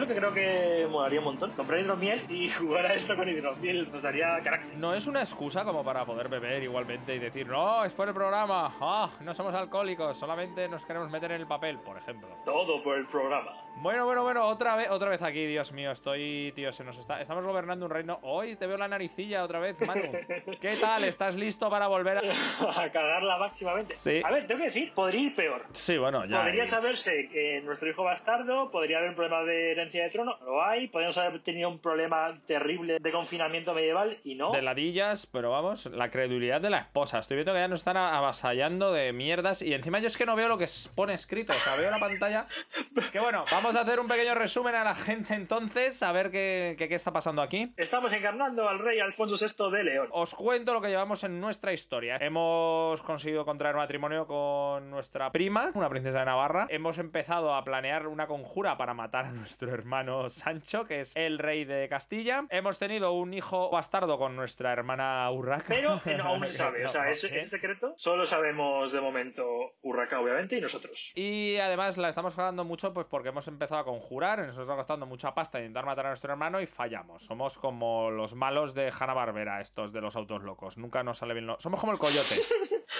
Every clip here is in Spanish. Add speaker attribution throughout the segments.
Speaker 1: lo que creo que molaría un montón. Comprar hidromiel y jugar a esto con hidromiel nos daría carácter.
Speaker 2: No es una excusa como para poder beber igualmente y decir, no, es por el programa, ah, no somos alcohólicos, solamente nos queremos meter en el papel, por ejemplo.
Speaker 1: Todo por el programa.
Speaker 2: Bueno, bueno, bueno, otra vez, otra vez aquí, Dios mío, estoy, tío, se nos está, estamos gobernando un reino. Hoy te veo la naricilla otra vez, Manu. ¿Qué tal? ¿Estás listo para volver a...?
Speaker 1: a cagarla máximamente.
Speaker 2: Sí.
Speaker 1: A ver, tengo que decir, podría ir peor.
Speaker 2: Sí, bueno, ya.
Speaker 1: Podría saberse que nuestro hijo bastardo podría haber un problema de herencia de trono, lo hay. Podríamos haber tenido un problema terrible de confinamiento medieval y no.
Speaker 2: De ladillas, pero vamos, la credulidad de la esposa. Estoy viendo que ya nos están a- avasallando de mierdas y encima yo es que no veo lo que s- pone escrito, o sea, veo la pantalla. Que bueno, vamos a hacer un pequeño resumen a la gente entonces, a ver qué, qué, qué está pasando aquí.
Speaker 1: Estamos encarnando al rey Alfonso VI de León.
Speaker 2: Os cuento lo que llevamos en nuestra historia. Hemos conseguido contraer matrimonio con nuestra prima, una princesa de Navarra. Hemos empezado a planear una conjura para matar a nuestro hermano Sancho, que es el rey de Castilla. Hemos tenido un hijo bastardo con nuestra hermana Urraca.
Speaker 1: Pero eh, no, aún se sabe, o sea,
Speaker 2: No,
Speaker 1: ese,
Speaker 2: ¿eh?
Speaker 1: ese secreto solo sabemos de momento Urraca, obviamente, y nosotros.
Speaker 2: Y además la estamos cagando mucho pues porque hemos empezado a conjurar, nos estamos gastando mucha pasta en intentar matar a nuestro hermano y fallamos. Somos como los malos de Hanna-Barbera, estos de los autos locos. Nunca nos sale bien lo... Somos como el coyote.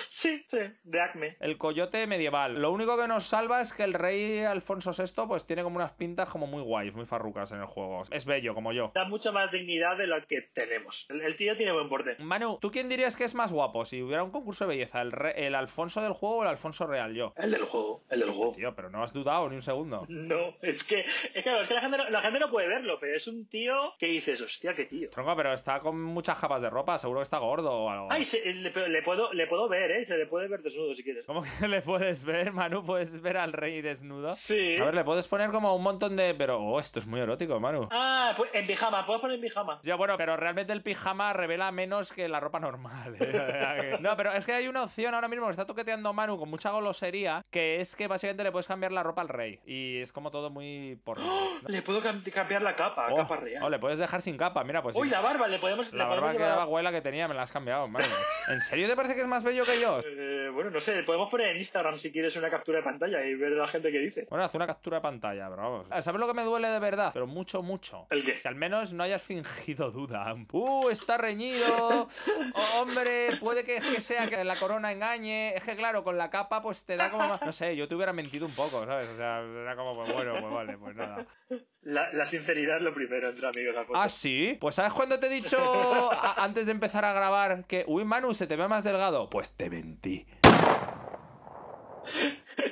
Speaker 1: Sí, sí, de Acme.
Speaker 2: El coyote medieval. Lo único que nos salva es que el rey Alfonso VI pues tiene como unas pintas como muy guays, muy farrucas en el juego. Es bello, como yo.
Speaker 1: Da mucha más dignidad de la que tenemos. El, el tío tiene buen porte.
Speaker 2: Manu, ¿tú quién dirías que es más guapo? Si hubiera un concurso de belleza, ¿el, re- el Alfonso del juego o el Alfonso real? Yo.
Speaker 1: El del juego, el del juego.
Speaker 2: Tío, pero no has dudado ni un segundo.
Speaker 1: No, es que, es que, claro, es que la, gente no, la gente no puede verlo, pero es un tío que dices, hostia, qué tío.
Speaker 2: Tronco, pero está con muchas capas de ropa, seguro que está gordo o algo.
Speaker 1: Ay, se- le, pero le puedo, le puedo ver, ¿eh? Se le puede ver desnudo si quieres.
Speaker 2: ¿Cómo que le puedes ver, Manu? ¿Puedes ver al rey desnudo?
Speaker 1: Sí.
Speaker 2: A ver, le puedes poner como un montón de... Pero, oh, esto es muy erótico, Manu.
Speaker 1: Ah, pues en pijama, puedes poner en pijama.
Speaker 2: Ya, bueno, pero realmente el pijama revela menos que la ropa normal. ¿eh? no, pero es que hay una opción ahora mismo que está toqueteando Manu con mucha golosería, que es que básicamente le puedes cambiar la ropa al rey. Y es como todo muy por...
Speaker 1: Le puedo cam- cambiar ¡Ah! la capa,
Speaker 2: Oh,
Speaker 1: capa real.
Speaker 2: o le puedes dejar sin capa, mira, pues...
Speaker 1: Uy,
Speaker 2: sí.
Speaker 1: la barba, le podemos. le
Speaker 2: La barba
Speaker 1: podemos
Speaker 2: que
Speaker 1: llevar-
Speaker 2: daba abuela que tenía me la has cambiado, Manu. ¿En serio te parece que es más bello que yo?
Speaker 1: Eh, bueno, no sé, podemos poner en Instagram si quieres una captura de pantalla y ver la gente que dice.
Speaker 2: Bueno, hace una captura de pantalla, pero vamos. Ah, ¿Sabes lo que me duele de verdad? Pero mucho, mucho.
Speaker 1: ¿El qué?
Speaker 2: Que al menos no hayas fingido duda. ¡Uh, está reñido! Oh, ¡Hombre! Puede que, que sea que la corona engañe. Es que, claro, con la capa, pues te da como más. No sé, yo te hubiera mentido un poco, ¿sabes? O sea, era como, pues bueno, pues vale, pues nada.
Speaker 1: La, la sinceridad es lo primero entre amigos. Alfonso.
Speaker 2: ¿Ah, sí? Pues ¿sabes cuando te he dicho a- antes de empezar a grabar que, uy, Manu, se te ve más delgado? Pues te mentí.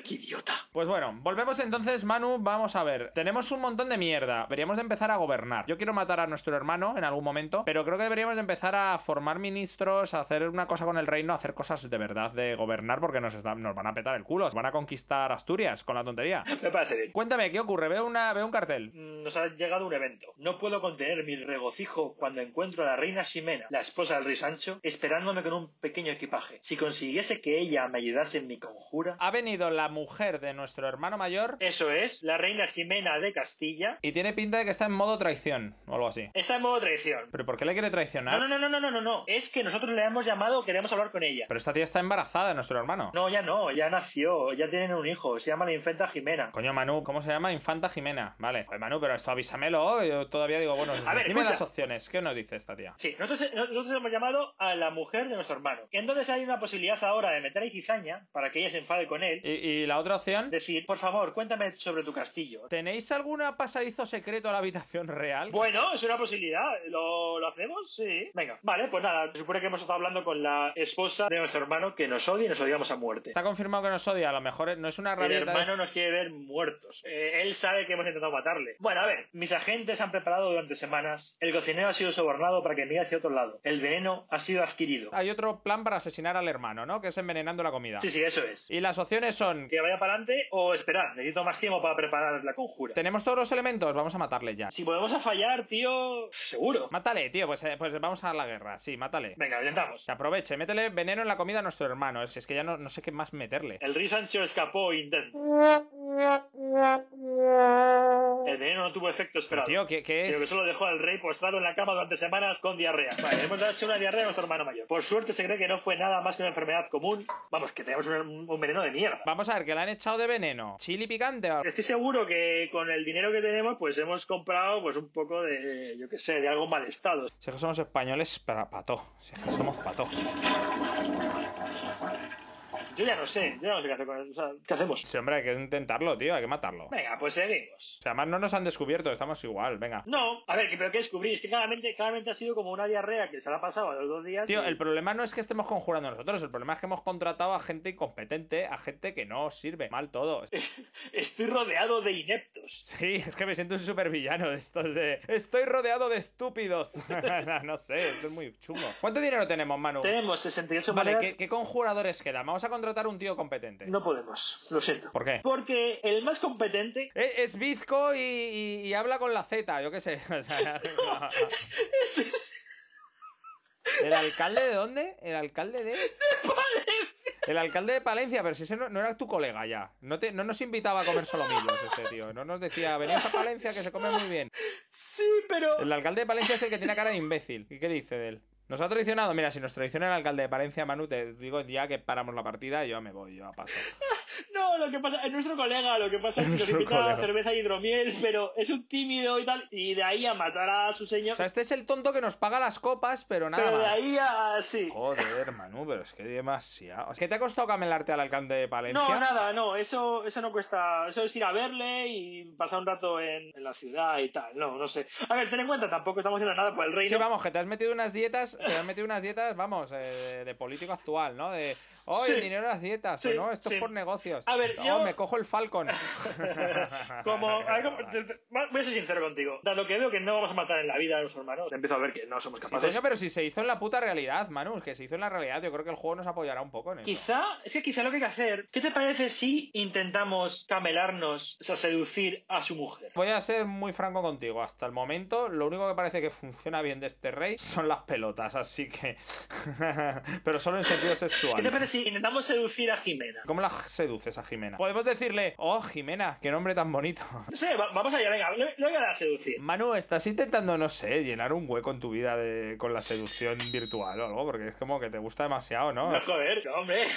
Speaker 1: ¡Qué idiota!
Speaker 2: Pues bueno, volvemos entonces, Manu. Vamos a ver. Tenemos un montón de mierda. Deberíamos de empezar a gobernar. Yo quiero matar a nuestro hermano en algún momento, pero creo que deberíamos de empezar a formar ministros, a hacer una cosa con el reino, a hacer cosas de verdad de gobernar, porque nos, está- nos van a petar el culo. Nos van a conquistar Asturias con la tontería.
Speaker 1: Me parece bien.
Speaker 2: Cuéntame, ¿qué ocurre? Veo, una, veo un cartel.
Speaker 1: Mm, Nos ha llegado un evento. No puedo contener mi regocijo cuando encuentro a la reina Ximena, la esposa del rey Sancho, esperándome con un pequeño equipaje. Si consiguiese que ella me ayudase en mi conjura.
Speaker 2: Ha venido la mujer de nuestro hermano mayor
Speaker 1: Eso es, la reina Ximena de Castilla
Speaker 2: y tiene pinta de que está en modo traición o algo así.
Speaker 1: está en modo traición.
Speaker 2: ¿Pero por qué le quiere
Speaker 1: No,
Speaker 2: traicionar?
Speaker 1: no, no, no, no, no, no, no. Es que nosotros le hemos llamado, queremos hablar con ella.
Speaker 2: Pero esta tía está embarazada de nuestro hermano.
Speaker 1: No, ya no, ya nació, ya tienen un hijo, se llama la infanta Jimena.
Speaker 2: Coño, Manu, ¿cómo se llama? Infanta Jimena. Vale. Joder, Manu, pero esto avísamelo. Yo todavía digo, bueno,
Speaker 1: A ver,
Speaker 2: dime
Speaker 1: escucha.
Speaker 2: las opciones. ¿Qué nos dice esta tía?
Speaker 1: Sí, nosotros, nosotros hemos llamado a la mujer de nuestro hermano. Entonces hay una posibilidad ahora de meter ahí cizaña para que ella se enfade con él.
Speaker 2: Y, y la otra opción,
Speaker 1: Decir, por favor, cuéntame sobre tu castillo.
Speaker 2: ¿tenéis alguna pasadizo secreto a la habitación real?
Speaker 1: Bueno, es una posibilidad. ¿Lo, lo hacemos? Sí. Venga. Vale, pues nada. Se supone que hemos estado hablando con la esposa de nuestro hermano que nos odia y nos odiamos a muerte.
Speaker 2: Está ¿eh? confirmado que nos odia. A lo mejor no es una
Speaker 1: El
Speaker 2: rabieta. de-
Speaker 1: hermano nos quiere ver muertos. Eh, él sabe que hemos intentado matarle. Bueno, a ver, mis agentes han preparado durante semanas. El cocinero ha sido sobornado para que mire hacia otro lado. El veneno ha sido adquirido.
Speaker 2: Hay otro plan para asesinar al hermano, ¿no? Que es envenenando la comida.
Speaker 1: Sí, sí, eso es.
Speaker 2: Y las opciones son...
Speaker 1: Que vaya para adelante o esperar. Necesito más tiempo para preparar la conjura.
Speaker 2: ¿Tenemos todos los elementos? Vamos a matarle ya.
Speaker 1: Si volvemos a fallar, tío, seguro.
Speaker 2: Mátale, tío. Pues, eh, pues vamos a la guerra. Sí, mátale.
Speaker 1: Venga, intentamos.
Speaker 2: Que aproveche. Métele veneno en la comida a nuestro hermano. Si es que ya no, no sé qué más meterle.
Speaker 1: El rey Sancho escapó intento. El veneno no tuvo efecto
Speaker 2: Pero,
Speaker 1: esperado.
Speaker 2: tío, ¿qué, qué
Speaker 1: Sino que
Speaker 2: es?
Speaker 1: solo dejó al rey postrado en la cama durante semanas con diarrea. Vale, hemos hecho una diarrea a nuestro hermano mayor. Por suerte se cree que no fue nada más que una enfermedad común. Vamos, que tenemos un, un veneno de mierda.
Speaker 2: Vamos a ver, que le han echado de veneno. Chili picante. o-
Speaker 1: Estoy seguro que con el dinero que tenemos, pues hemos comprado pues un poco de, yo qué sé, de algo mal estado.
Speaker 2: Si es que somos españoles, para pato. Si es que somos pato.
Speaker 1: Yo ya no sé, yo ya no sé qué hacer con eso. O sea, ¿qué hacemos?
Speaker 2: Sí, hombre, hay que intentarlo, tío. Hay que matarlo. O
Speaker 1: Venga, pues seguimos.
Speaker 2: sea, además no nos han descubierto, estamos igual, venga.
Speaker 1: No, a ver, que- pero ¿qué descubrí? Es que claramente, claramente ha sido como una diarrea que se la ha pasado a los dos días.
Speaker 2: Tío,
Speaker 1: y-
Speaker 2: el problema no es que estemos conjurando nosotros, el problema es que hemos contratado a gente incompetente, a gente que no sirve. Mal todo.
Speaker 1: Estoy rodeado de ineptos.
Speaker 2: Sí, es que me siento un supervillano de estos de... Estoy rodeado de estúpidos. no sé, esto es muy chungo. ¿Cuánto dinero tenemos, Manu?
Speaker 1: Tenemos 68
Speaker 2: Vale,
Speaker 1: monedas.
Speaker 2: ¿qué, qué conjuradores quedan? Vamos a contratar un tío competente.
Speaker 1: No podemos, lo siento.
Speaker 2: ¿Por qué?
Speaker 1: Porque el más competente
Speaker 2: E- Es, bizco y, y- y habla con la Z, yo qué sé. o sea,
Speaker 1: es
Speaker 2: ¿El alcalde de dónde? ¿El alcalde de...? El alcalde de Palencia, pero si ese no, no era tu colega ya. No, te, no nos invitaba a comer solomillos este tío. No nos decía, veníos a Palencia que se come muy bien.
Speaker 1: Sí, pero.
Speaker 2: El alcalde de Palencia es el que tiene cara de imbécil. ¿Y qué dice de él? Nos ha traicionado. Mira, si nos traiciona el alcalde de Palencia, Manu, te digo ya que paramos la partida y yo me voy, yo a paso.
Speaker 1: No, lo que pasa. Es nuestro colega, lo que pasa es que nos
Speaker 2: Nuestro
Speaker 1: invita a la
Speaker 2: colega.
Speaker 1: cerveza y hidromiel, pero es un tímido y tal. Y de ahí a matar a su
Speaker 2: O
Speaker 1: señor.
Speaker 2: sea, este es el tonto que nos paga las copas, pero nada
Speaker 1: pero de
Speaker 2: más.
Speaker 1: ahí a. Sí.
Speaker 2: Joder, Manu, pero es que demasiado. ¿Qué te ha costado camelarte al alcalde de Palencia?
Speaker 1: No, nada, no, eso, eso no cuesta. Eso es ir a verle y pasar un rato en, en la ciudad y tal. No, no sé. A ver, ten en cuenta, tampoco estamos haciendo nada por el reino.
Speaker 2: Sí, vamos, que te has metido unas dietas, te has metido unas dietas, vamos, eh, de, de político actual, ¿no? De, oh, el
Speaker 1: Sí.
Speaker 2: dinero de las dietas,
Speaker 1: Sí,
Speaker 2: o no, esto
Speaker 1: sí.
Speaker 2: es por negocios.
Speaker 1: A ver,
Speaker 2: no,
Speaker 1: yo-
Speaker 2: me cojo el Falcon.
Speaker 1: Como, a ver, como- te- te- voy a ser sincero contigo. Dado que veo que no vamos a matar en la vida a nuestros hermanos, empiezo a ver que no somos
Speaker 2: Sí,
Speaker 1: capaces.
Speaker 2: coño, pero si se hizo en la puta realidad, Manu, es que se hizo en la realidad, yo creo que el juego nos apoyará un poco en eso.
Speaker 1: Quizá, es que quizá lo que hay que hacer, ¿qué te parece si intentamos camelarnos, o sea, seducir a su mujer?
Speaker 2: Voy a ser muy franco contigo. Hasta el momento, lo único que parece que funciona bien de este rey son las pelotas, así que. Pero solo en sentido
Speaker 1: ¿Qué te
Speaker 2: sexual.
Speaker 1: parece si intentamos seducir a Jimena?
Speaker 2: ¿Cómo la seduces a Jimena? Podemos decirle, oh, Jimena, qué nombre tan bonito.
Speaker 1: No sé, va- vamos allá, venga, lo lo voy a dar a seducir.
Speaker 2: Manu, estás intentando, no sé, llenar un hueco en tu vida de- con la seducción virtual o algo, porque es como que te gusta demasiado, ¿no?
Speaker 1: No, joder, no, hombre.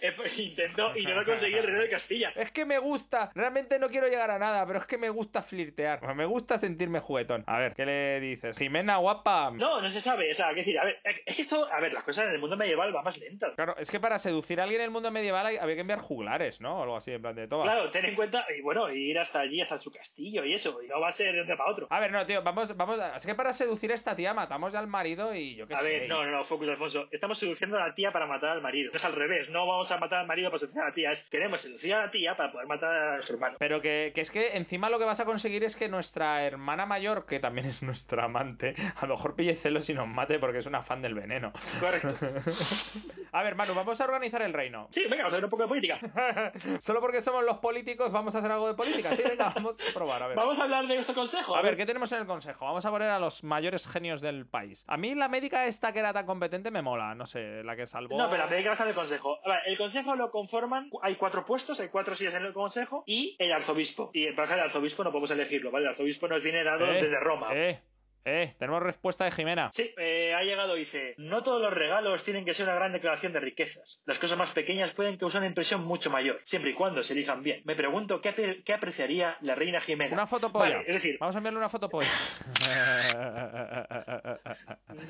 Speaker 1: He- Intento y no lo conseguí el reino de Castilla.
Speaker 2: Es que me gusta, realmente no quiero llegar a nada, pero es que me gusta flirtear, me gusta sentirme juguetón. A ver, ¿qué le dices? Jimena, guapa.
Speaker 1: No, no se sabe, o sea, qué decir, a ver, es que esto, a ver, las cosas en el mundo medieval van más lentas.
Speaker 2: Claro, es que para seducir a alguien en el mundo medieval hay- había que enviar juglares, ¿no? O algo así, en plan de toma.
Speaker 1: Claro, ten en cuenta, y bueno, ir hasta allí, hasta su castillo y eso, y no va a ser de un día para otro.
Speaker 2: A ver, no, tío, vamos, vamos. a- Es que para seducir a esta tía matamos ya al marido y yo qué
Speaker 1: A
Speaker 2: sé.
Speaker 1: ver,
Speaker 2: y-
Speaker 1: no, no, no, Focus Alfonso. Estamos seduciendo a la tía para matar al marido. No es al revés, no vamos a matar al marido para seducir a la tía. Es, queremos seducir a la tía para poder matar a nuestro hermano.
Speaker 2: Pero que, que es que encima lo que vas a conseguir es que nuestra hermana mayor, que también es nuestra amante, a lo mejor pille celos y nos mate porque es una fan del veneno.
Speaker 1: Correcto.
Speaker 2: A ver, Manu, vamos a organizar el reino.
Speaker 1: Sí, venga, vamos a hacer un poco de política.
Speaker 2: Solo porque somos los políticos, vamos a hacer algo de política. Sí, venga, vamos a probar, a ver.
Speaker 1: Vamos a hablar de nuestro consejo.
Speaker 2: A ver, ¿qué tenemos en el consejo? Vamos a poner a los mayores genios del país. A mí la médica esta que era tan competente me mola, no sé, la que salvó.
Speaker 1: No, pero la película está en el consejo. A ver, el consejo lo conforman. Hay cuatro puestos, hay cuatro sillas en el consejo y el arzobispo. Y el que el arzobispo no podemos elegirlo, ¿vale? El arzobispo nos viene dado
Speaker 2: Eh,
Speaker 1: desde Roma.
Speaker 2: Eh, eh, tenemos respuesta de Jimena.
Speaker 1: Sí, eh, ha llegado, dice, no todos los regalos tienen que ser una gran declaración de riquezas. Las cosas más pequeñas pueden causar una impresión mucho mayor, siempre y cuando se elijan bien. Me pregunto qué, apre- qué apreciaría la reina Jimena.
Speaker 2: Una foto polla.
Speaker 1: Vale, es decir,
Speaker 2: Vamos a enviarle una foto polla.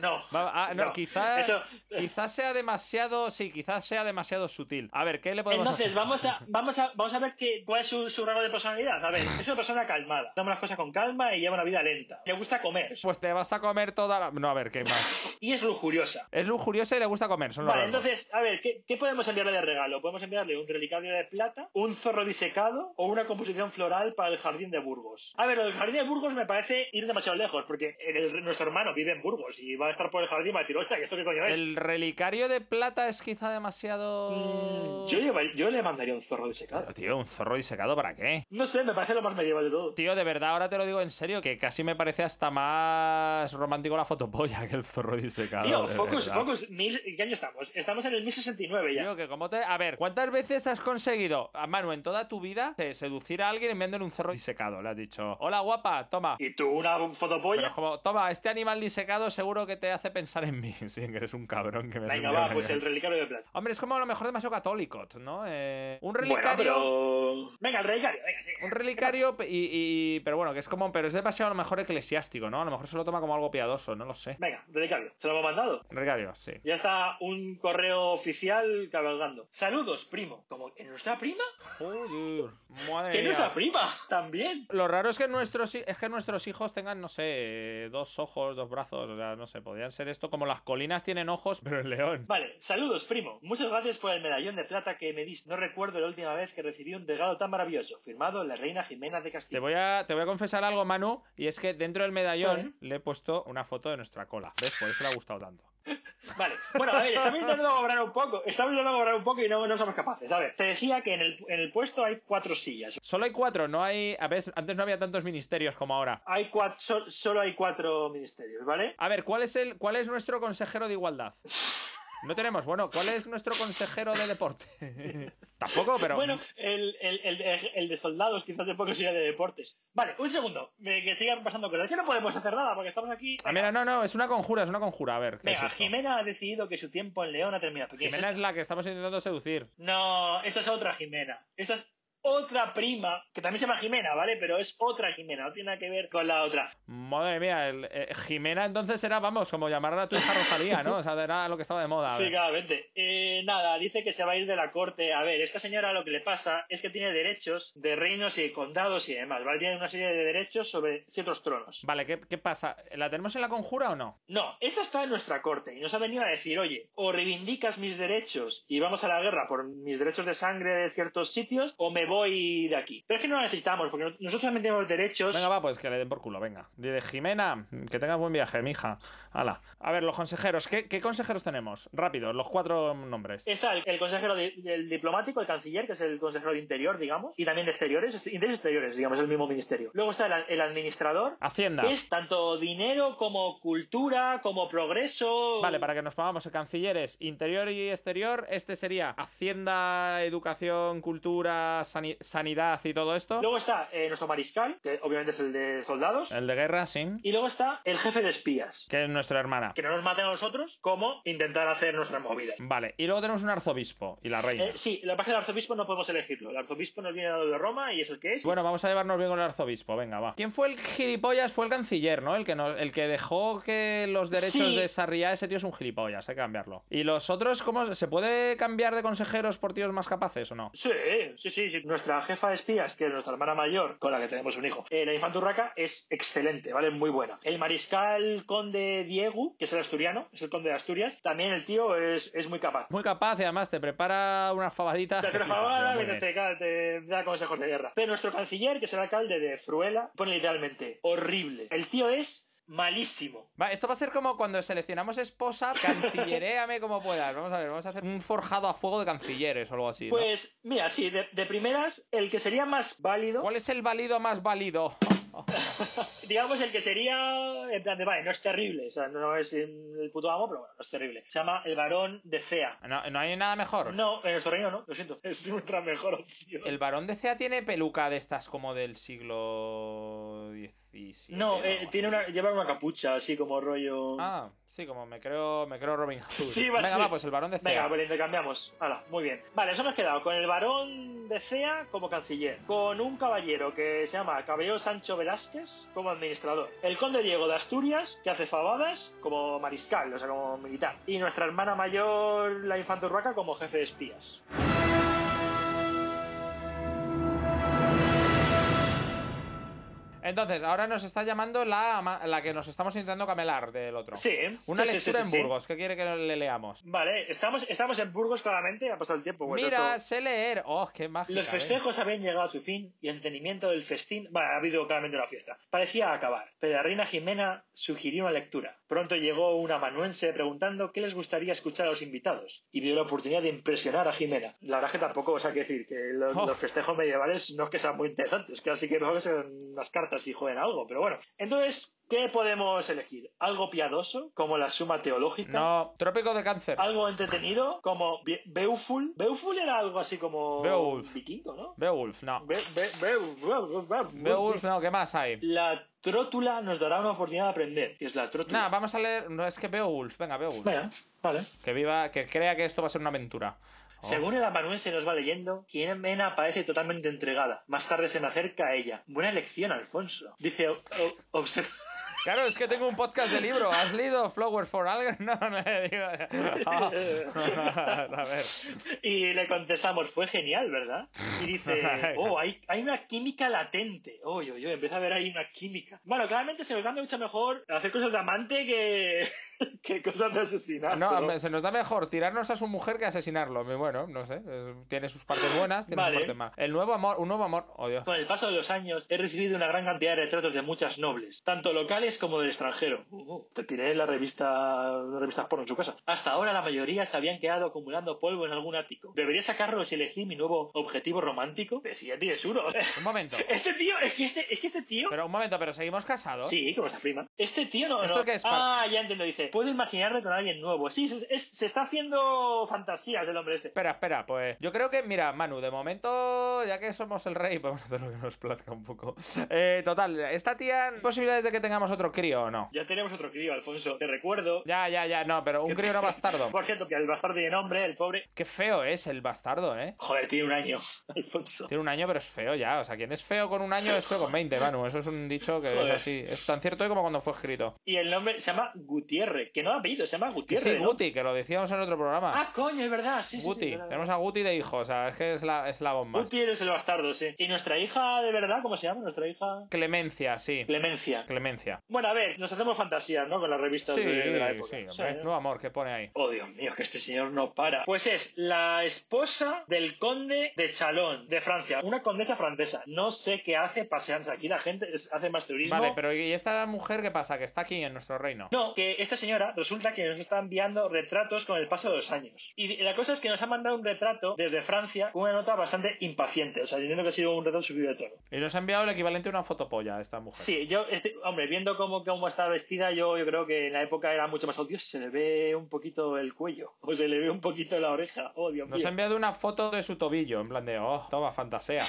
Speaker 1: no.
Speaker 2: Va- ah, no, quizá-
Speaker 1: Eso-
Speaker 2: Quizás sea demasiado, sí, quizás sea demasiado sutil. A ver, ¿qué le podemos
Speaker 1: Entonces,
Speaker 2: hacer?
Speaker 1: vamos a, vamos a, vamos a ver qué, cuál es su, su rango de personalidad. A ver, es una persona calmada. Toma las cosas con calma y lleva una vida lenta. Le gusta comer
Speaker 2: Pues te vas a comer toda la... No, a ver, ¿qué más?
Speaker 1: y es lujuriosa.
Speaker 2: Es lujuriosa y le gusta comer, son los
Speaker 1: Vale,
Speaker 2: rasgos.
Speaker 1: entonces, a ver, ¿qué, qué podemos enviarle de regalo? Podemos enviarle un relicario de plata, un zorro disecado o una composición floral para el jardín de Burgos. A ver, lo del jardín de Burgos me parece ir demasiado lejos, porque el- el- nuestro hermano vive en Burgos y va a estar por el jardín y va a decir, hostia, ¿que ¿esto qué coño es?
Speaker 2: El relicario de plata es quizá demasiado...
Speaker 1: Mm, Yo, lleva- yo le mandaría un zorro disecado.
Speaker 2: Pero, tío, un zorro disecado, ¿para qué?
Speaker 1: No sé, me parece lo más medieval de todo.
Speaker 2: Tío, de verdad, ahora te lo digo en serio, que casi me parece hasta más más romántico la fotopolla que el zorro disecado.
Speaker 1: Tío,
Speaker 2: de
Speaker 1: Focus,
Speaker 2: verdad.
Speaker 1: Focus, mil- ¿qué año estamos? Estamos en el 1069 ya.
Speaker 2: Tío, que como te... A ver, ¿cuántas veces has conseguido, a Manu, en toda tu vida, eh, seducir a alguien enviándole un zorro disecado? Le has dicho, hola guapa, toma.
Speaker 1: Y tú una
Speaker 2: Pero
Speaker 1: fotopolla.
Speaker 2: es como, toma, este animal disecado seguro que te hace pensar en mí. Sí, que eres un cabrón que me has
Speaker 1: Venga,
Speaker 2: enviado
Speaker 1: va,
Speaker 2: la
Speaker 1: pues el
Speaker 2: mierda.
Speaker 1: relicario de plata.
Speaker 2: Hombre, es como a lo mejor demasiado católico, ¿no? Eh, un
Speaker 1: Bueno,
Speaker 2: relicario...
Speaker 1: pero. Venga, el relicario, venga, sí.
Speaker 2: Un relicario pe- y, y- Pero bueno, que es como... Pero es demasiado a lo mejor eclesiástico, ¿no? A lo mejor se lo toma como algo piadoso, no lo sé.
Speaker 1: Venga, relicario. Se lo hemos mandado.
Speaker 2: Relicario, sí.
Speaker 1: Ya está un correo oficial cabalgando. Saludos, primo. Como que nuestra prima?
Speaker 2: Joder, madre
Speaker 1: ¿Que
Speaker 2: mía.
Speaker 1: nuestra prima? También.
Speaker 2: Lo raro es que nuestros hi- es que nuestros hijos tengan, no sé, eh, dos ojos, dos brazos, o sea, no sé, podrían ser esto como las colinas tienen ojos, pero el león.
Speaker 1: Vale, saludos, primo. Muchas gracias por el medallón de plata que me diste. No recuerdo la última vez que recibí un regalo tan maravilloso, firmado la reina Jimena de
Speaker 2: Te
Speaker 1: Castilla.
Speaker 2: voy a te voy a confesar algo, Manu, y es que dentro del medallón le he puesto una foto de nuestra cola. ¿Ves? Por eso le ha gustado tanto.
Speaker 1: Vale, bueno, a ver, estamos intentando cobrar un poco. Estamos intentando cobrar un poco y no, no somos capaces. A ver, te decía que en el, en el puesto hay cuatro sillas.
Speaker 2: Solo hay cuatro, no hay. A ver, antes no había tantos ministerios como ahora.
Speaker 1: Hay cuatro, solo hay cuatro ministerios, ¿vale?
Speaker 2: A ver, ¿cuál es el cuál es nuestro consejero de igualdad? No tenemos, bueno, ¿cuál es nuestro consejero de deporte? Tampoco, pero.
Speaker 1: Bueno, el, el- el- el de soldados quizás de poco sea de deportes. Vale, un segundo, eh, que sigan pasando cosas. Que no podemos hacer nada porque estamos aquí.
Speaker 2: Ah, mira, no, no, es una conjura, es una conjura. A ver, ¿qué es
Speaker 1: Venga,
Speaker 2: esto?
Speaker 1: Jimena ha decidido que su tiempo en León ha terminado. ¿Qué es
Speaker 2: Jimena es la que estamos intentando seducir.
Speaker 1: No, esta es otra Jimena. Esta es otra prima, que también se llama Jimena, ¿vale? Pero es otra Jimena, no tiene nada que ver con la otra.
Speaker 2: Madre mía, el- eh, Jimena entonces era, vamos, como llamar a tu hija Rosalía, ¿no? O sea, era lo que estaba de moda. a
Speaker 1: Sí,
Speaker 2: ver.
Speaker 1: claramente. Eh, nada, dice que se va a ir de la corte. A ver, esta señora lo que le pasa es que tiene derechos de reinos y condados y demás, ¿vale? Tiene una serie de derechos sobre ciertos tronos.
Speaker 2: Vale, ¿qué, qué pasa? ¿La tenemos en la conjura o no?
Speaker 1: No, esta está en nuestra corte y nos ha venido a decir, oye, o reivindicas mis derechos y vamos a la guerra por mis derechos de sangre de ciertos sitios, o me voy de aquí. Pero es que no la necesitamos, porque nosotros también tenemos derechos.
Speaker 2: Venga, va, pues que le den por culo, venga. Dile, Jimena, que tengas buen viaje, mija. Hala. A ver, los consejeros, ¿qué, qué consejeros tenemos? Rápido, los cuatro nombres.
Speaker 1: Está el, el consejero de- del diplomático, el canciller, que es el consejero de interior, digamos, y también de exteriores, es- interiores y exteriores, digamos, es el mismo ministerio. Luego está el, el administrador,
Speaker 2: Hacienda.
Speaker 1: que es tanto dinero como cultura, como progreso.
Speaker 2: Vale, para que nos pongamos, el canciller es interior y exterior. Este sería Hacienda, Educación, Cultura, Sani- Sanidad y todo esto.
Speaker 1: Luego está eh, nuestro mariscal, que obviamente es el de soldados.
Speaker 2: El de guerra, sí.
Speaker 1: Y luego está el jefe de espías,
Speaker 2: Que es nuestra hermana.
Speaker 1: que no nos maten a nosotros, como intentar hacer nuestra movida.
Speaker 2: Vale, y luego tenemos un arzobispo y la reina.
Speaker 1: Eh, sí, la página del arzobispo no podemos elegirlo. El arzobispo nos viene dado de Roma y es el que es.
Speaker 2: Bueno, vamos a llevarnos bien con el arzobispo, venga, va. ¿Quién fue el gilipollas? Fue el canciller, ¿no? El que, nos- el que dejó que los derechos
Speaker 1: Sí.
Speaker 2: de Sarriá, ese tío es un gilipollas, hay que cambiarlo. ¿Y los otros, cómo? ¿Se puede cambiar de consejeros por tíos más capaces o no?
Speaker 1: Sí, sí, sí, sí. Nuestra jefa de espías, que es nuestra hermana mayor, con la que tenemos un hijo, eh, la infanta Urraca, es excelente, ¿vale? Muy buena. El mariscal conde Diego, que es el asturiano, es el conde de Asturias, también el tío es, es muy capaz.
Speaker 2: Muy capaz y además te prepara unas fabaditas.
Speaker 1: Te hace
Speaker 2: que
Speaker 1: una
Speaker 2: flipas,
Speaker 1: fabada,
Speaker 2: muy
Speaker 1: viene,
Speaker 2: bien.
Speaker 1: te, ca- te da consejos de guerra. Pero nuestro canciller, que es el alcalde de Fruela, pone literalmente horrible. El tío es malísimo.
Speaker 2: Va, esto va a ser como cuando seleccionamos esposa, cancilleréame como puedas. Vamos a ver, vamos a hacer un forjado a fuego de cancilleres o algo así. ¿no?
Speaker 1: Pues, mira, sí, de, de primeras, el que sería más válido
Speaker 2: ¿Cuál es el válido más válido?
Speaker 1: digamos el que sería en plan de vale no es terrible o sea no es el puto amo pero bueno no es terrible se llama el varón de Cea
Speaker 2: No, no hay nada mejor.
Speaker 1: no en nuestro reino no lo siento es nuestra mejor opción
Speaker 2: El varón de CEA tiene peluca de estas como del siglo XVII.
Speaker 1: no eh,
Speaker 2: algo
Speaker 1: tiene
Speaker 2: así.
Speaker 1: una lleva una capucha así como rollo
Speaker 2: Ah, sí, como me creo, me creo Robin Hood.
Speaker 1: Sí, va a
Speaker 2: Venga,
Speaker 1: ser.
Speaker 2: va, pues el varón de CEA.
Speaker 1: Venga, pues lo intercambiamos. Hala, muy bien. Vale, eso hemos quedado con el varón de Cea como canciller, con un caballero que se llama Caballero Sancho Velázquez como administrador, el conde Diego de Asturias, que hace fabadas como mariscal, o sea, como militar, y nuestra hermana mayor, la infanta Urraca, como jefe de espías.
Speaker 2: Entonces, ahora nos está llamando la, ama- la que nos estamos intentando camelar del otro.
Speaker 1: Sí, ¿eh?
Speaker 2: Una
Speaker 1: Sí, sí,
Speaker 2: lectura
Speaker 1: sí, sí, sí.
Speaker 2: en Burgos, ¿qué quiere que le leamos?
Speaker 1: Vale, estamos, estamos en Burgos claramente, ha pasado el tiempo. bueno,
Speaker 2: Mira,
Speaker 1: todo.
Speaker 2: sé leer. Oh, qué mágica.
Speaker 1: Los
Speaker 2: ¿eh?
Speaker 1: festejos habían llegado a su fin y el entendimiento del festín. Bueno, ha habido claramente una fiesta. Parecía acabar, pero la reina Jimena sugirió una lectura. Pronto llegó una amanuense preguntando qué les gustaría escuchar a los invitados y vio la oportunidad de impresionar a Jimena. La verdad es que tampoco, o sea, que decir que los,
Speaker 2: Oh.
Speaker 1: los festejos medievales no es que sean muy interesantes, que así que mejor que sean unas cartas y jueguen a algo, pero bueno. Entonces. ¿Qué podemos elegir? ¿Algo piadoso, como la suma teológica?
Speaker 2: No, trópico de cáncer.
Speaker 1: ¿Algo entretenido, como Be- Beowulf? Beowulf era algo así como
Speaker 2: Beowulf.
Speaker 1: vikingo, ¿no?
Speaker 2: Beowulf, no.
Speaker 1: Be- Be- Beowulf, Beowulf, Beowulf.
Speaker 2: Beowulf, no, ¿qué más hay?
Speaker 1: La trótula nos dará una oportunidad de aprender, que es la trótula.
Speaker 2: Nada, vamos a leer. No, es que Beowulf, venga, Beowulf.
Speaker 1: Venga, vale.
Speaker 2: Que viva, que crea que esto va a ser una aventura. Oh.
Speaker 1: Según el amanuense nos va leyendo, Mena aparece totalmente entregada. Más tarde se me acerca a ella. Buena elección, Alfonso. Dice, o- o- observa...
Speaker 2: Claro, es que tengo un podcast de libro. ¿Has leído Flower for Alger? No, no le digo. Ah, a ver.
Speaker 1: Y le contestamos, fue genial, ¿verdad? Y dice, oh, hay, hay una química latente. Oye, oye, empieza a ver ahí una química. Bueno, claramente se nos da mucho mejor hacer cosas de amante que, que cosas de asesinato.
Speaker 2: No, me- se nos da mejor tirarnos a su mujer que asesinarlo. Me- Bueno, no sé. es- Tiene sus partes buenas, tiene
Speaker 1: Vale. Pues-
Speaker 2: sus partes malas. El nuevo amor, un nuevo amor. Oh, Dios.
Speaker 1: Con el paso de los años he recibido una gran cantidad de retratos de muchas nobles, tanto locales como del extranjero. Uh, uh, te tiré la revista, la revista porno en su casa. Hasta ahora la mayoría se habían quedado acumulando polvo en algún ático. ¿Debería sacarlos y elegir mi nuevo objetivo romántico? Pero si ya tienes uno.
Speaker 2: Un momento.
Speaker 1: Este tío, es que este, es que este tío...
Speaker 2: Pero un momento, pero seguimos casados.
Speaker 1: Sí, como esta prima. Este tío no.
Speaker 2: ¿Esto
Speaker 1: no.
Speaker 2: qué es, pa-
Speaker 1: Ah, ya entiendo. Dice, puedo imaginarme con alguien nuevo. Sí, se, es- se está haciendo fantasías del hombre este.
Speaker 2: Espera, espera, pues yo creo que, mira, Manu, de momento, ya que somos el rey, podemos hacer lo que nos plazca un poco. Eh, total, esta tía, ¿hay posibilidades de que tengamos otro crío o no?
Speaker 1: Ya tenemos otro crío, Alfonso. Te recuerdo.
Speaker 2: Ya, ya, ya, no, pero un crío no bastardo.
Speaker 1: Por cierto, que el bastardo tiene nombre, el pobre.
Speaker 2: Qué feo es el bastardo, ¿eh?
Speaker 1: Joder, tiene un año, Alfonso.
Speaker 2: Tiene un año, pero es feo ya. O sea, quien es feo con un año es feo con 20, Manu. Eso es un dicho que es
Speaker 1: Joder.
Speaker 2: así. Es tan cierto como cuando fue escrito.
Speaker 1: Y el nombre se llama Gutiérrez, que no da apellido, se llama
Speaker 2: Que
Speaker 1: Gutiérrez.
Speaker 2: sí,
Speaker 1: ¿no?
Speaker 2: Guti, que lo decíamos en otro programa.
Speaker 1: Ah, coño, es verdad, sí, sí, sí.
Speaker 2: Guti.
Speaker 1: es verdad.
Speaker 2: Tenemos a Guti de hijo, o sea, es que es la, es la bomba.
Speaker 1: Guti eres el bastardo, sí. Y nuestra hija, de verdad, ¿cómo se llama? Nuestra hija.
Speaker 2: Clemencia, sí.
Speaker 1: Clemencia.
Speaker 2: Clemencia.
Speaker 1: Bueno, a ver, nos hacemos fantasías, ¿no? Con las revistas
Speaker 2: Sí, sí,
Speaker 1: de, de la época.
Speaker 2: hombre.
Speaker 1: Sí, ¿no?
Speaker 2: Nuevo amor, ¿qué pone ahí?
Speaker 1: Oh, Dios mío, que este señor no para. Pues es la esposa del conde de Chalón, de Francia. Una condesa francesa. No sé qué hace paseándose aquí. La gente es- hace más turismo.
Speaker 2: Vale, pero ¿y esta mujer qué pasa? Que está aquí en nuestro reino.
Speaker 1: No, que esta señora resulta que nos está enviando retratos con el paso de los años. Y la cosa es que nos ha mandado un retrato desde Francia con una nota bastante impaciente. O sea, diciendo que ha sido un retrato subido de tono.
Speaker 2: Y nos ha enviado el equivalente a una fotopolla a esta mujer.
Speaker 1: Sí, yo, este- hombre, viendo cómo, cómo está vestida, yo, yo creo que en la época era mucho más. Oh, Dios, se le ve un poquito el cuello. O se le ve un poquito la oreja. Oh, Dios mío.
Speaker 2: Nos ha enviado una foto de su tobillo, en plan de, oh, toma, fantasea.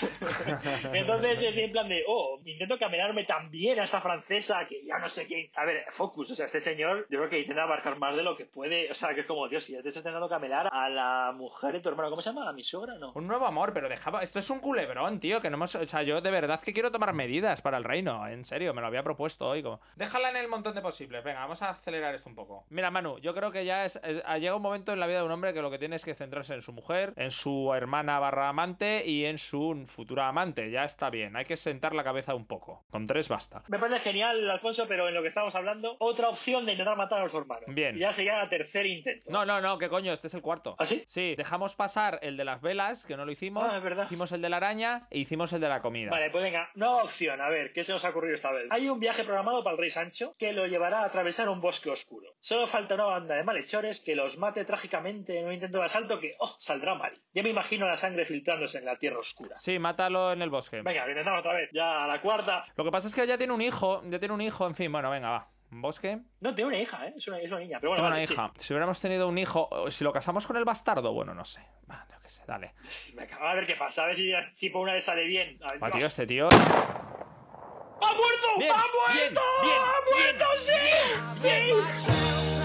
Speaker 1: Entonces es en plan de, oh, intento caminarme también a esta francesa que ya no sé quién. A ver, focus, o sea, este señor yo creo que intenta abarcar más de lo que puede. O sea, que es como, Dios, si ya te estás intentando caminar a la mujer de tu hermano, ¿cómo se llama? ¿A mi suegra? No.
Speaker 2: Un nuevo amor, pero dejaba. Esto es un culebrón, tío. Que no hemos. O sea, yo de verdad que quiero tomar medidas para el reino. En serio, me lo había propuesto hoy. Como... Déjala en el montón de posibles. Venga, vamos a acelerar esto un poco. Mira, Manu, yo creo que ya es, es- ha llegado un momento en la vida de un hombre que lo que tiene es que centrarse en su mujer, en su hermana barra amante y en su futura amante. Ya está bien. Hay que sentar la cabeza un poco. Con tres basta.
Speaker 1: Me parece genial, Alfonso, pero en lo que estábamos hablando, otra opción de intentar matar a su hermano.
Speaker 2: Bien.
Speaker 1: Y ya sería el tercer intento.
Speaker 2: No, no, no, qué coño, este es el cuarto.
Speaker 1: ¿Ah, sí?
Speaker 2: Sí, dejamos pasar el de las velas, que no lo hicimos.
Speaker 1: Ah, es verdad.
Speaker 2: Hicimos el de la araña e hicimos el de la comida.
Speaker 1: Vale, pues venga, nueva opción, a ver, ¿qué se nos ha ocurrido esta vez? Hay un viaje programado para el rey Sancho que lo llevará a atravesar un bosque oscuro. Solo falta una banda de malhechores que los mate trágicamente en un intento de asalto que, oh, saldrá mal. Ya me imagino la sangre filtrándose en la tierra oscura.
Speaker 2: Sí, mátalo en el bosque.
Speaker 1: Venga, lo intentamos otra vez. Ya, a la cuarta.
Speaker 2: Lo que pasa es que ya tiene un hijo, ya tiene un hijo, en fin, bueno, venga, va. Un bosque.
Speaker 1: No, tiene una hija, ¿eh? Es una, es una niña. Pero bueno,
Speaker 2: Tengo una
Speaker 1: vale, sí.
Speaker 2: hija. Si hubiéramos tenido un hijo, o si lo casamos con el bastardo, bueno, no sé. Va, yo qué sé, dale.
Speaker 1: Venga, a ver qué pasa, a ver si, si por una vez sale bien. A ver,
Speaker 2: Va,
Speaker 1: Dios.
Speaker 2: tío, este tío.
Speaker 1: ¡Ha muerto!
Speaker 2: Bien,
Speaker 1: ¡Ha
Speaker 2: bien,
Speaker 1: muerto!
Speaker 2: bien,
Speaker 1: ¡Ha muerto! ¡Sí! ¡Sí!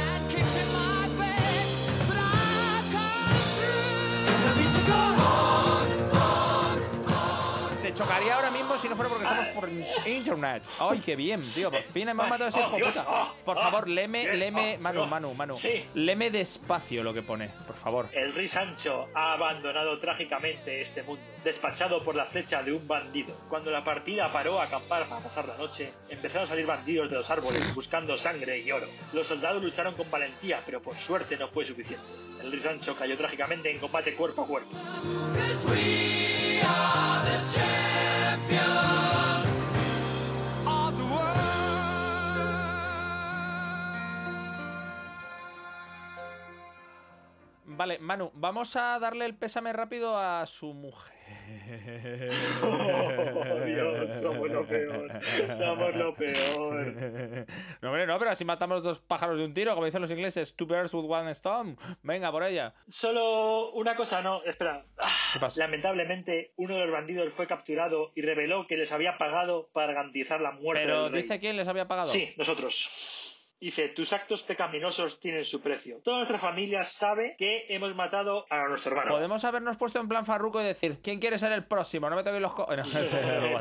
Speaker 2: Te chocaría ahora mismo si no fuera porque estamos por internet. ¡Ay, qué bien, tío! Por fin hemos
Speaker 1: Vale.
Speaker 2: matado a ese
Speaker 1: Oh,
Speaker 2: hijo
Speaker 1: Dios.
Speaker 2: puta.
Speaker 1: Oh,
Speaker 2: Por
Speaker 1: oh,
Speaker 2: favor, leme,
Speaker 1: bien.
Speaker 2: leme.
Speaker 1: Oh,
Speaker 2: Manu,
Speaker 1: Dios.
Speaker 2: Manu, Manu.
Speaker 1: Sí.
Speaker 2: Leme despacio lo que pone, por favor.
Speaker 1: El rey Sancho ha abandonado trágicamente este mundo, despachado por la flecha de un bandido. Cuando la partida paró a acampar para pasar la noche, empezaron a salir bandidos de los árboles buscando sangre y oro. Los soldados lucharon con valentía, pero por suerte no fue suficiente. El rey Sancho cayó trágicamente en combate cuerpo a cuerpo.
Speaker 2: Vale, Manu, vamos a darle el pésame rápido a su mujer.
Speaker 1: Oh, Dios. somos lo peor. Somos lo peor.
Speaker 2: No, hombre, no, pero así matamos dos pájaros de un tiro, como dicen los ingleses. Two birds with one stone. Venga, por ella.
Speaker 1: Solo una cosa, no, espera. Ah,
Speaker 2: ¿Qué pasa?
Speaker 1: Lamentablemente, uno de los bandidos fue capturado y reveló que les había pagado para garantizar la muerte
Speaker 2: Pero
Speaker 1: del rey.
Speaker 2: dice quién les había pagado.
Speaker 1: Sí, nosotros. Dice, tus actos pecaminosos tienen su precio. Toda nuestra familia sabe que hemos matado a nuestro hermano.
Speaker 2: Podemos habernos puesto en plan farruco y decir, ¿quién quiere ser el próximo? No me toquéis los co... No, algo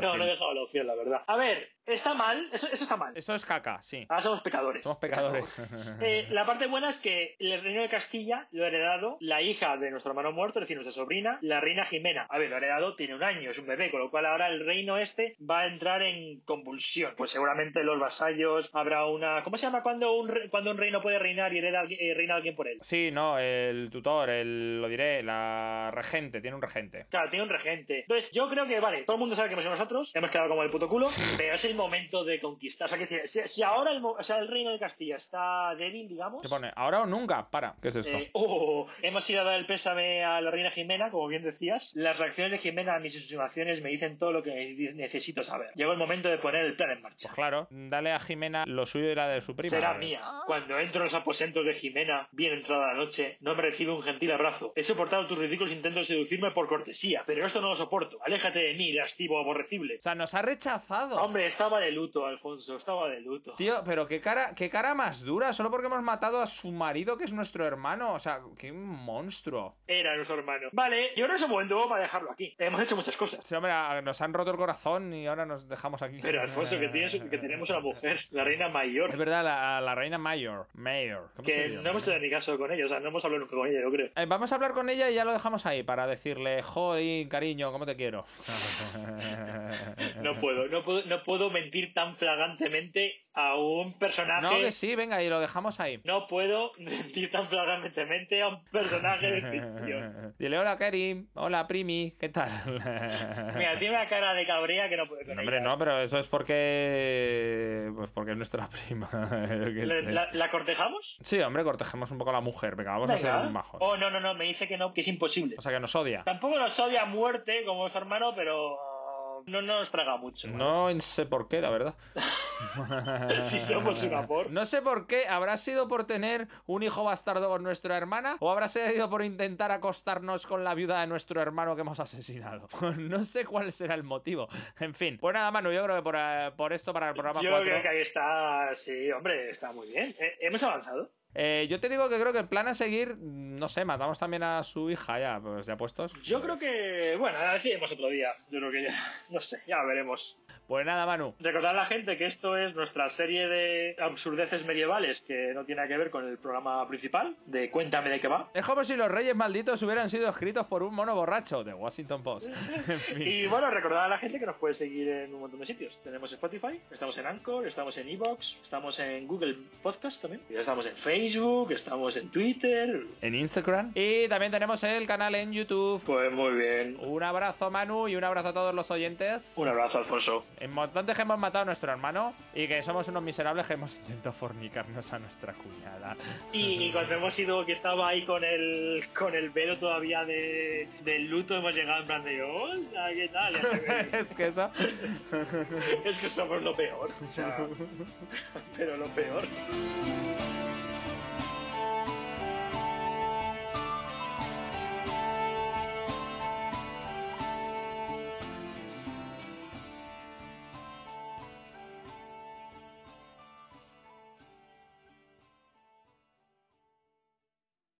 Speaker 1: no,
Speaker 2: así.
Speaker 1: no he dejado la opción, la verdad. A ver, está mal, eso, eso está mal.
Speaker 2: Eso es caca, sí.
Speaker 1: Ahora somos pecadores.
Speaker 2: Somos pecadores.
Speaker 1: Eh, la parte buena es que el reino de Castilla lo ha heredado la hija de nuestro hermano muerto, es decir, nuestra sobrina, la reina Jimena. A ver, lo ha heredado, tiene un año, es un bebé, con lo cual ahora el reino este va a entrar en convulsión. Pues seguramente los vasallos, habrá una... ¿Cómo se llama cuando un, re- cuando un reino puede reinar y hereda alguien- eh, reina alguien por él?
Speaker 2: Sí, no, el tutor, el, lo diré, la regente, tiene un regente.
Speaker 1: Claro, tiene un regente. Entonces, yo creo que, vale, todo el mundo sabe que no somos nosotros, hemos quedado como el puto culo, pero es el momento de conquistar. O sea, que si, si- si ahora el, mo- o sea, el reino de Castilla está débil, digamos...
Speaker 2: ¿Qué pone? Ahora o nunca. Para. ¿Qué es esto?
Speaker 1: Eh, oh, hemos ido a dar el pésame a la reina Jimena, como bien decías. Las reacciones de Jimena a mis insinuaciones me dicen todo lo que ne- necesito saber. Llegó el momento de poner el plan en marcha.
Speaker 2: Pues claro, dale a Jimena lo suyo y la de su prima.
Speaker 1: Será mía. Cuando entro en los aposentos de Jimena, bien entrada la noche, no me recibe un gentil abrazo. He soportado tus ridículos intentos de seducirme por cortesía, pero esto no lo soporto. Aléjate de mí, lastivo aborrecible.
Speaker 2: O sea, nos ha rechazado.
Speaker 1: Hombre, estaba de luto, Alfonso, estaba de luto.
Speaker 2: Tío, pero qué cara, qué cara más dura, solo porque hemos matado a su marido, que es nuestro hermano. O sea, qué monstruo.
Speaker 1: Era nuestro hermano. Vale, yo no es un momento para dejarlo aquí. Hemos hecho muchas cosas.
Speaker 2: Sí, hombre, a- nos han roto el corazón y ahora nos dejamos aquí.
Speaker 1: Pero Alfonso, que, tienes, que tenemos a la mujer, la reina
Speaker 2: Es
Speaker 1: mayor,
Speaker 2: verdad, la, la reina Mayor. Mayor. ¿Cómo se
Speaker 1: que
Speaker 2: dice?
Speaker 1: no hemos hecho ni caso con ella, o sea, no hemos hablado nunca con ella, yo creo.
Speaker 2: Eh, vamos a hablar con ella y ya lo dejamos ahí para decirle, joder, cariño, ¿cómo te quiero? eh.
Speaker 1: No puedo, no puedo, no puedo mentir tan flagrantemente a un personaje.
Speaker 2: No, que sí, venga, y lo dejamos ahí.
Speaker 1: No puedo mentir tan flagrantemente a un personaje de ficción.
Speaker 2: Dile, hola, Karim, hola, Primi, ¿qué tal?
Speaker 1: Mira, tiene una cara de cabrea que no puede con
Speaker 2: No, hombre,
Speaker 1: ella.
Speaker 2: no, pero eso es porque. Pues porque es nuestra prima. yo qué
Speaker 1: ¿La,
Speaker 2: sé.
Speaker 1: la- la cortejamos?
Speaker 2: Sí, hombre, cortejemos un poco a la mujer. Venga, eh, vamos a
Speaker 1: Venga.
Speaker 2: ser majos.
Speaker 1: Oh, no, no, no, me dice que no, que es imposible.
Speaker 2: O sea, que nos odia.
Speaker 1: Tampoco nos odia a muerte como su hermano, pero uh, no nos traga mucho.
Speaker 2: No sé por qué, la verdad.
Speaker 1: Si somos un amor.
Speaker 2: No sé por qué. ¿Habrá sido por tener un hijo bastardo con nuestra hermana? ¿O habrá sido por intentar acostarnos con la viuda de nuestro hermano que hemos asesinado? no sé cuál será el motivo. En fin. Pues nada, Manu, yo creo que por, eh, por esto, para el programa
Speaker 1: Yo
Speaker 2: 4.
Speaker 1: creo que ahí está, sí, hombre, está muy bien. Eh, hemos avanzado.
Speaker 2: Eh, yo te digo que creo que el plan a seguir, no sé, matamos también a su hija ya, pues ya puestos.
Speaker 1: Yo creo que, bueno, la decidimos otro día. Yo creo que ya, no sé, ya veremos.
Speaker 2: Pues nada, Manu.
Speaker 1: Recordar a la gente que esto es nuestra serie de absurdeces medievales que no tiene nada que ver con el programa principal de Cuéntame de qué va.
Speaker 2: Es como si los Reyes Malditos hubieran sido escritos por un mono borracho de Washington Post. En fin.
Speaker 1: Y bueno, recordar a la gente que nos puede seguir en un montón de sitios. Tenemos Spotify, estamos en Anchor, estamos en Evox, estamos en Google Podcast también, y estamos en Facebook, estamos en Twitter.
Speaker 2: En Instagram. Y también tenemos el canal en YouTube.
Speaker 1: Pues muy bien.
Speaker 2: Un abrazo, Manu, y un abrazo a todos los oyentes.
Speaker 1: Un abrazo, Alfonso.
Speaker 2: Importante que hemos matado a nuestro hermano y que somos unos miserables que hemos intentado fornicarnos a nuestra cuñada.
Speaker 1: Y, y cuando hemos ido, que estaba ahí con el, con el velo todavía de, del luto, hemos llegado en plan de, hola, ¿qué tal? Ya se ve.
Speaker 2: es que eso.
Speaker 1: es que somos lo peor, o sea, pero lo peor.